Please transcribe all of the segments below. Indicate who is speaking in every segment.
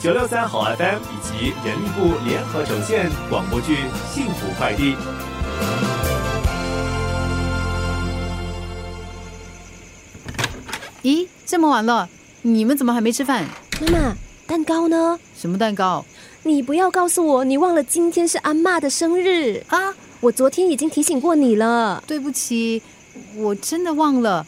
Speaker 1: 九六三好 FM 以及人力部联合呈现广播剧《幸福快递》。
Speaker 2: 咦，这么晚了，你们怎么还没吃饭？
Speaker 3: 妈妈，蛋糕呢？
Speaker 2: 什么蛋糕
Speaker 3: 你不要告诉我你忘了今天是阿嬷的生日。
Speaker 2: 啊？
Speaker 3: 我昨天已经提醒过你了。
Speaker 2: 对不起，我真的忘了，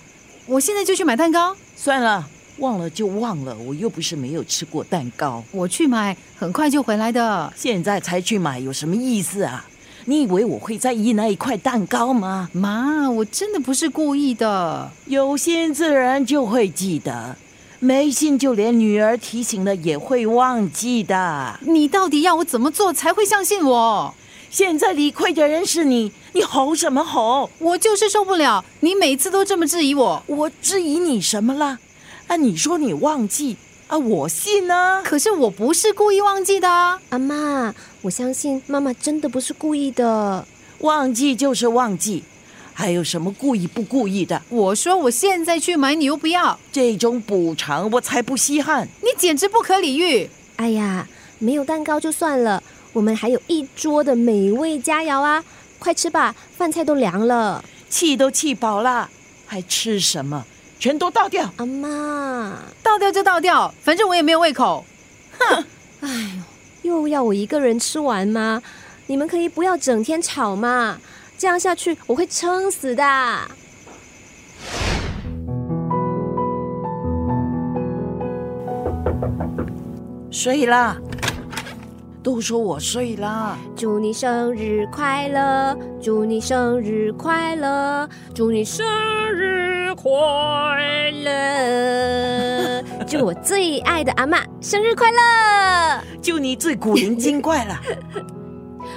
Speaker 2: 我现在就去买蛋糕。
Speaker 4: 算了，忘了就忘了，我又不是没有吃过蛋糕，
Speaker 2: 我去买，很快就回来的。
Speaker 4: 现在才去买有什么意思啊？你以为我会在意那一块蛋糕吗？
Speaker 2: 妈，我真的不是故意的。
Speaker 4: 有心自然就会记得，没心就连女儿提醒了也会忘记的。
Speaker 2: 你到底要我怎么做才会相信我？
Speaker 4: 现在理亏的人是你，你吼什么吼？
Speaker 2: 我就是受不了你每次都这么质疑我。
Speaker 4: 我质疑你什么了？啊，你说你忘记啊，我信啊。
Speaker 2: 可是我不是故意忘记的啊。
Speaker 3: 阿嬷，我相信妈妈真的不是故意的。
Speaker 4: 忘记就是忘记，还有什么故意不故意的？
Speaker 2: 我说我现在去买，你又不要，
Speaker 4: 这种补偿我才不稀罕。
Speaker 2: 你简直不可理喻。
Speaker 3: 哎呀，没有蛋糕就算了，我们还有一桌的美味佳肴啊！快吃吧，饭菜都凉了。
Speaker 4: 气都气饱了，还吃什么？全都倒掉！
Speaker 3: 阿嬷，
Speaker 2: 倒掉就倒掉，反正我也没有胃口。
Speaker 3: 又要我一个人吃完吗？你们可以不要整天吵嘛，这样下去我会撑死的。
Speaker 4: 睡啦！都说我睡啦，
Speaker 3: 祝你生日快乐，祝你生日快乐，祝你生日快乐，祝我最爱的阿嬷生日快乐！
Speaker 4: 就你最古灵精怪了。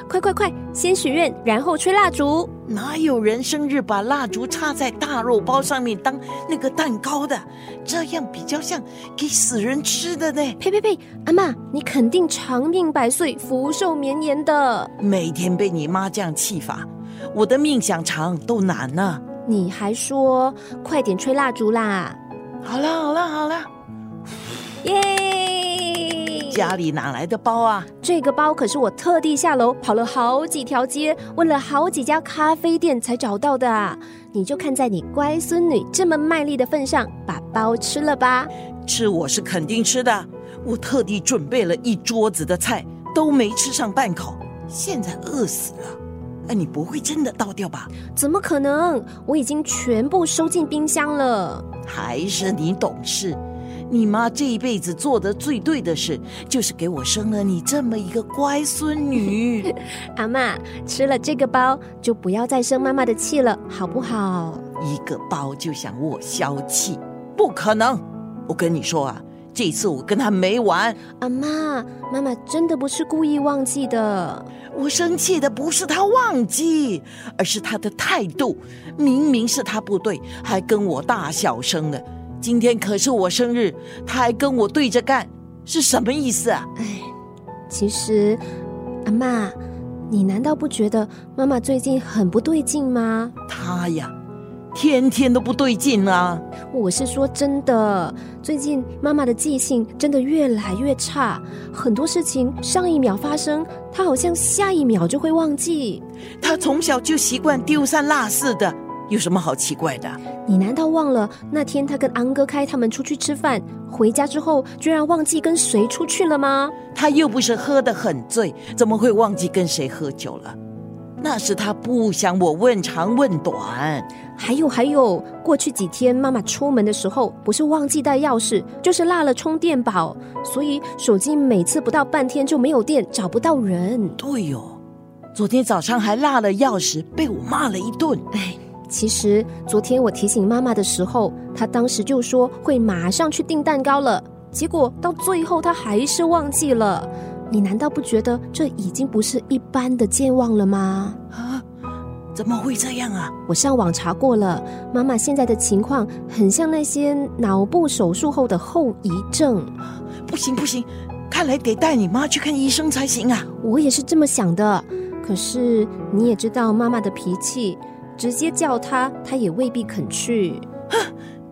Speaker 3: 快快快，先许愿，然后吹蜡烛。
Speaker 4: 哪有人生日把蜡烛插在大肉包上面当那个蛋糕的？这样比较像给死人吃的呢。
Speaker 3: 呸呸呸！阿嬷，你肯定长命百岁、福寿绵延的。
Speaker 4: 每天被你妈这样气法，我的命想长都难呢、
Speaker 3: 你还说快点吹蜡烛啦！
Speaker 4: 好啦好啦好啦，
Speaker 3: 耶！
Speaker 4: 家里哪来的包啊？
Speaker 3: 这个包可是我特地下楼跑了好几条街，问了好几家咖啡店才找到的啊！你就看在你乖孙女这么卖力的份上，把包吃了吧。
Speaker 4: 吃我是肯定吃的，我特地准备了一桌子的菜，都没吃上半口，现在饿死了。哎，你不会真的倒掉吧？
Speaker 3: 怎么可能？我已经全部收进冰箱了。
Speaker 4: 还是你懂事？你妈这一辈子做的最对的事，就是给我生了你这么一个乖孙女。
Speaker 3: 阿嬷，吃了这个包就不要再生妈妈的气了，好不好？
Speaker 4: 一个包就想我消气，不可能！我跟你说啊，这次我跟她没完。
Speaker 3: 阿嬷，妈妈真的不是故意忘记的。
Speaker 4: 我生气的不是他忘记，而是他的态度。明明是他不对，还跟我大小声的。今天可是我生日，他还跟我对着干，是什么意思啊？
Speaker 3: 哎，其实，阿嬷，你难道不觉得妈妈最近很不对劲吗？
Speaker 4: 他呀，天天都不对劲啊！
Speaker 3: 我是说真的，最近妈妈的记性真的越来越差，很多事情上一秒发生，她好像下一秒就会忘记。
Speaker 4: 他从小就习惯丢三落四的，有什么好奇怪的？
Speaker 3: 你难道忘了那天她跟安哥开他们出去吃饭，回家之后居然忘记跟谁出去了吗？
Speaker 4: 他又不是喝得很醉，怎么会忘记跟谁喝酒了？那是他不想我问长问短。
Speaker 3: 还有还有，过去几天妈妈出门的时候，不是忘记带钥匙，就是落了充电宝，所以手机每次不到半天就没有电，找不到人。
Speaker 4: 对哟、昨天早上还落了钥匙，被我骂了一顿。
Speaker 3: 其实昨天我提醒妈妈的时候，她当时就说会马上去订蛋糕了，结果到最后她还是忘记了。你难道不觉得这已经不是一般的健忘了吗？
Speaker 4: 啊，怎么会这样啊？
Speaker 3: 我上网查过了，妈妈现在的情况很像那些脑部手术后的后遗症。
Speaker 4: 不行不行，看来得带你妈去看医生才行啊！
Speaker 3: 我也是这么想的。可是你也知道妈妈的脾气，直接叫她，她也未必肯去。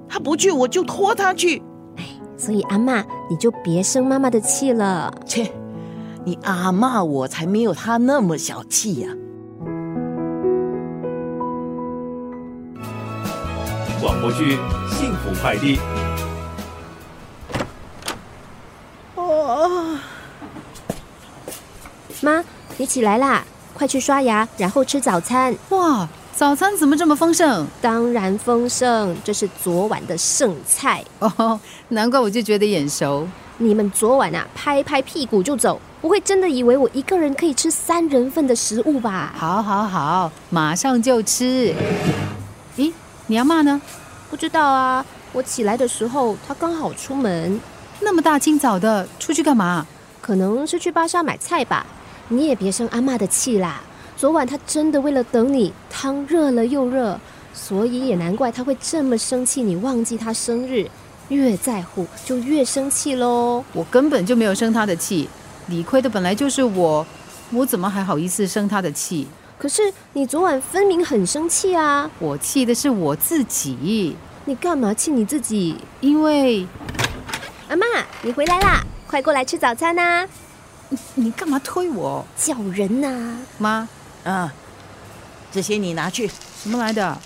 Speaker 4: 她不去，我就拖她去。
Speaker 3: 所以阿嬷你就别生妈妈的气了。
Speaker 4: 切，你阿骂我才没有他那么小气呀、
Speaker 1: 广播剧《幸福快递》。
Speaker 3: 妈，你起来啦，快去刷牙，然后吃早餐。
Speaker 2: 哇，早餐怎么这么丰盛？
Speaker 3: 当然丰盛，这是昨晚的剩菜。
Speaker 2: 哦，难怪我就觉得眼熟。
Speaker 3: 你们昨晚啊，拍拍屁股就走，不会真的以为我一个人可以吃三人份的食物吧？
Speaker 2: 好，好，好，马上就吃。咦，你阿妈呢？
Speaker 3: 不知道啊，我起来的时候，他刚好出门，
Speaker 2: 那么大清早的出去干嘛？
Speaker 3: 可能是去巴莎买菜吧。你也别生阿嬷的气啦，昨晚他真的为了等你，汤热了又热，所以也难怪他会这么生气。你忘记他生日，越在乎就越生气喽。
Speaker 2: 我根本就没有生她的气，理亏的本来就是我，我怎么还好意思生她的气？
Speaker 3: 可是你昨晚分明很生气啊，
Speaker 2: 我气的是我自己，
Speaker 3: 你干嘛气你自己？
Speaker 2: 因为
Speaker 3: 阿嬷，你回来啦，快过来吃早餐啊呐、
Speaker 2: 你干嘛推我？
Speaker 3: 叫人呐、
Speaker 2: 妈，
Speaker 4: 啊。这些你拿去，
Speaker 2: 什么来的？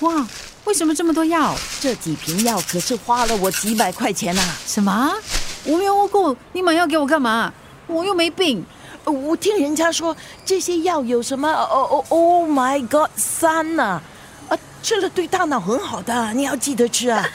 Speaker 2: 哇，为什么这么多药？
Speaker 4: 这几瓶药可是花了我几百块钱呐、啊
Speaker 2: 什么？无缘无故你买药给我干嘛？我又没病。
Speaker 4: 呃我听人家说这些药有什么哦哦 Oh my God 三呐、啊，吃了对大脑很好的，你要记得吃啊。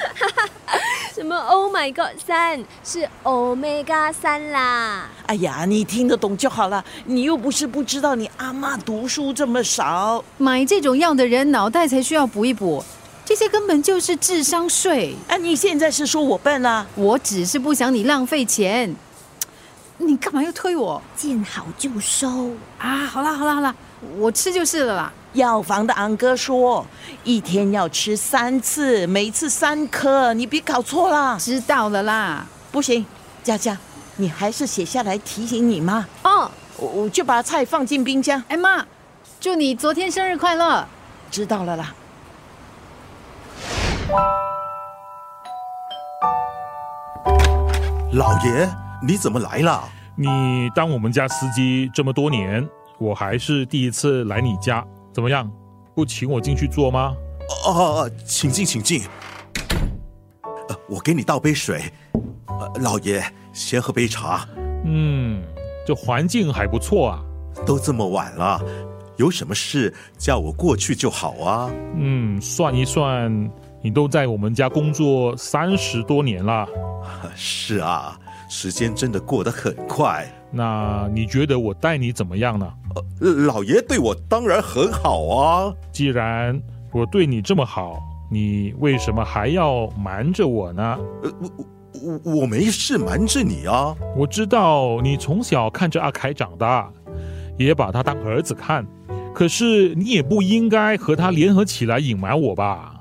Speaker 3: 什么 Oh my God 三是 Omega 三啦。
Speaker 4: 哎呀，你听得懂就好了，你又不是不知道，你阿妈读书这么少。
Speaker 2: 买这种药的人脑袋才需要补一补，这些根本就是智商税。
Speaker 4: 哎、你现在是说我笨啊？
Speaker 2: 我只是不想你浪费钱，嘖你干嘛要推我
Speaker 3: 见好就收。
Speaker 2: 啊？好啦好啦好啦，我吃就是了啦。
Speaker 4: 药房的昂哥说，一天要吃三次，每次三颗，你别搞错啦。
Speaker 2: 知道了啦，
Speaker 4: 不行，佳佳，你还是写下来提醒你妈，
Speaker 3: 哦，
Speaker 4: 我我就把菜放进冰箱。
Speaker 2: 哎妈，祝你昨天生日快乐！
Speaker 4: 知道了啦。
Speaker 5: 老爷，你怎么来了？
Speaker 6: 你当我们家司机这么多年，我还是第一次来你家，怎么样？不请我进去坐吗？
Speaker 5: 哦哦哦，请进，请进。呃，我给你倒杯水。呃，老爷，先喝杯茶。
Speaker 6: 嗯，这环境还不错啊。
Speaker 5: 都这么晚了，有什么事叫我过去就好啊。
Speaker 6: 嗯，算一算，你都在我们家工作三十多年了，
Speaker 5: 是啊，时间真的过得很快。
Speaker 6: 那你觉得我待你怎么样呢？
Speaker 5: 呃老爷对我当然很好啊。
Speaker 6: 既然我对你这么好，你为什么还要瞒着我呢？
Speaker 5: 呃，我我我我没事瞒着你啊。
Speaker 6: 我知道你从小看着阿凯长大，也把他当儿子看，可是你也不应该和他联合起来隐瞒我吧？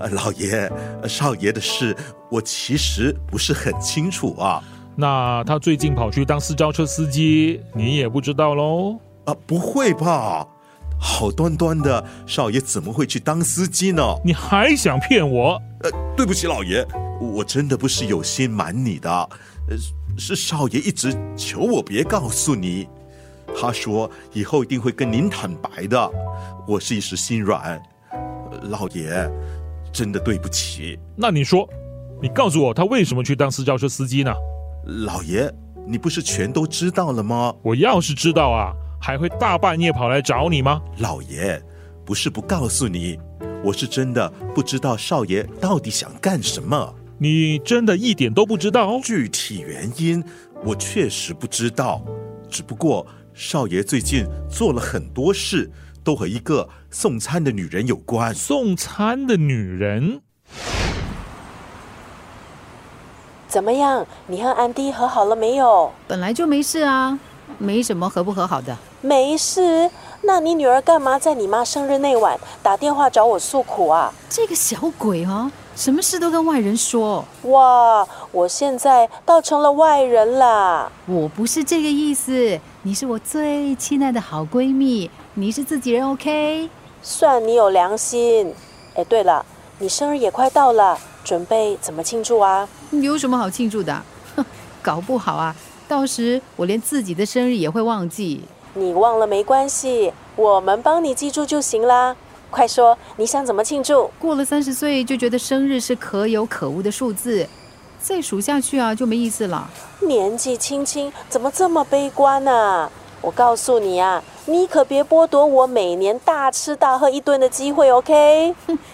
Speaker 5: 呃，老爷，呃少爷的事我其实不是很清楚啊。
Speaker 6: 那他最近跑去当私交车司机，你也不知道喽？
Speaker 5: 啊，不会吧？好端端的少爷怎么会去当司机呢？
Speaker 6: 你还想骗我？
Speaker 5: 呃，对不起，老爷，我真的不是有心瞒你的，呃，是少爷一直求我别告诉你，他说以后一定会跟您坦白的。我是一时心软，呃老爷，真的对不起，
Speaker 6: 那你说，你告诉我他为什么去当私交车司机呢？
Speaker 5: 老爷，你不是全都知道了吗？
Speaker 6: 我要是知道啊，还会大半夜跑来找你吗？
Speaker 5: 老爷，不是不告诉你，我是真的不知道少爷到底想干什么。
Speaker 6: 你真的一点都不知道？
Speaker 5: 具体原因我确实不知道，只不过少爷最近做了很多事，都和一个送餐的女人有关。
Speaker 6: 送餐的女人，
Speaker 7: 怎么样？你和安迪和好了没有？
Speaker 2: 本来就没事啊，没什么和不和好的。
Speaker 7: 没事。那你女儿干嘛在你妈生日那晚打电话找我诉苦啊？
Speaker 2: 这个小鬼哦，什么事都跟外人说，
Speaker 7: 哇，我现在倒成了外人啦！
Speaker 2: 我不是这个意思。你是我最亲爱的好闺蜜，你是自己人，OK？
Speaker 7: 算你有良心。哎，对了，你生日也快到了，准备怎么庆祝啊？
Speaker 2: 有什么好庆祝的？ 哼，搞不好啊，到时我连自己的生日也会忘记。
Speaker 7: 你忘了没关系，我们帮你记住就行啦。快说，你想怎么庆祝？
Speaker 2: 过了三十岁就觉得生日是可有可无的数字，再数下去啊就没意思了。
Speaker 7: 年纪轻轻怎么这么悲观啊？我告诉你啊，你可别剥夺我每年大吃大喝一顿的机会，OK？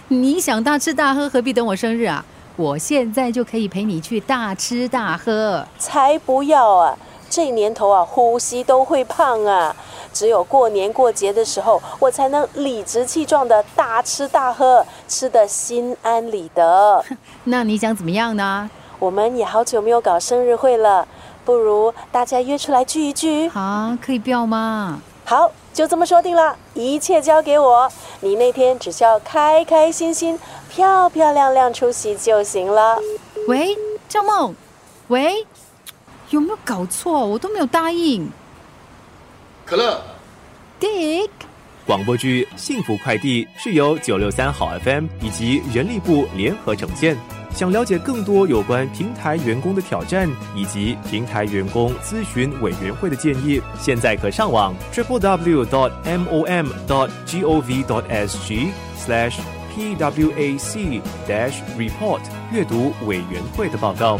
Speaker 2: 你想大吃大喝，何必等我生日啊？我现在就可以陪你去大吃大喝。
Speaker 7: 才不要啊！这年头啊，呼吸都会胖啊，只有过年过节的时候，我才能理直气壮的大吃大喝，吃的心安理得。
Speaker 2: 那你想怎么样呢？
Speaker 7: 我们也好久没有搞生日会了，不如大家约出来聚一聚。
Speaker 2: 啊，可以不要吗？
Speaker 7: 好，就这么说定了，一切交给我。你那天只需要开开心心、漂漂亮亮出席就行了。
Speaker 2: 喂，赵梦，喂，有没有搞错？我都没有答应。
Speaker 8: 可乐，
Speaker 2: Dick，
Speaker 1: 广播剧《幸福快递》是由九六三好 FM 以及人力部联合呈现。想了解更多有关平台员工的挑战以及平台员工咨询委员会的建议，现在可上网 triple w dot m o m dot g o v dot s g slash p w a c dash report 阅读委员会的报告。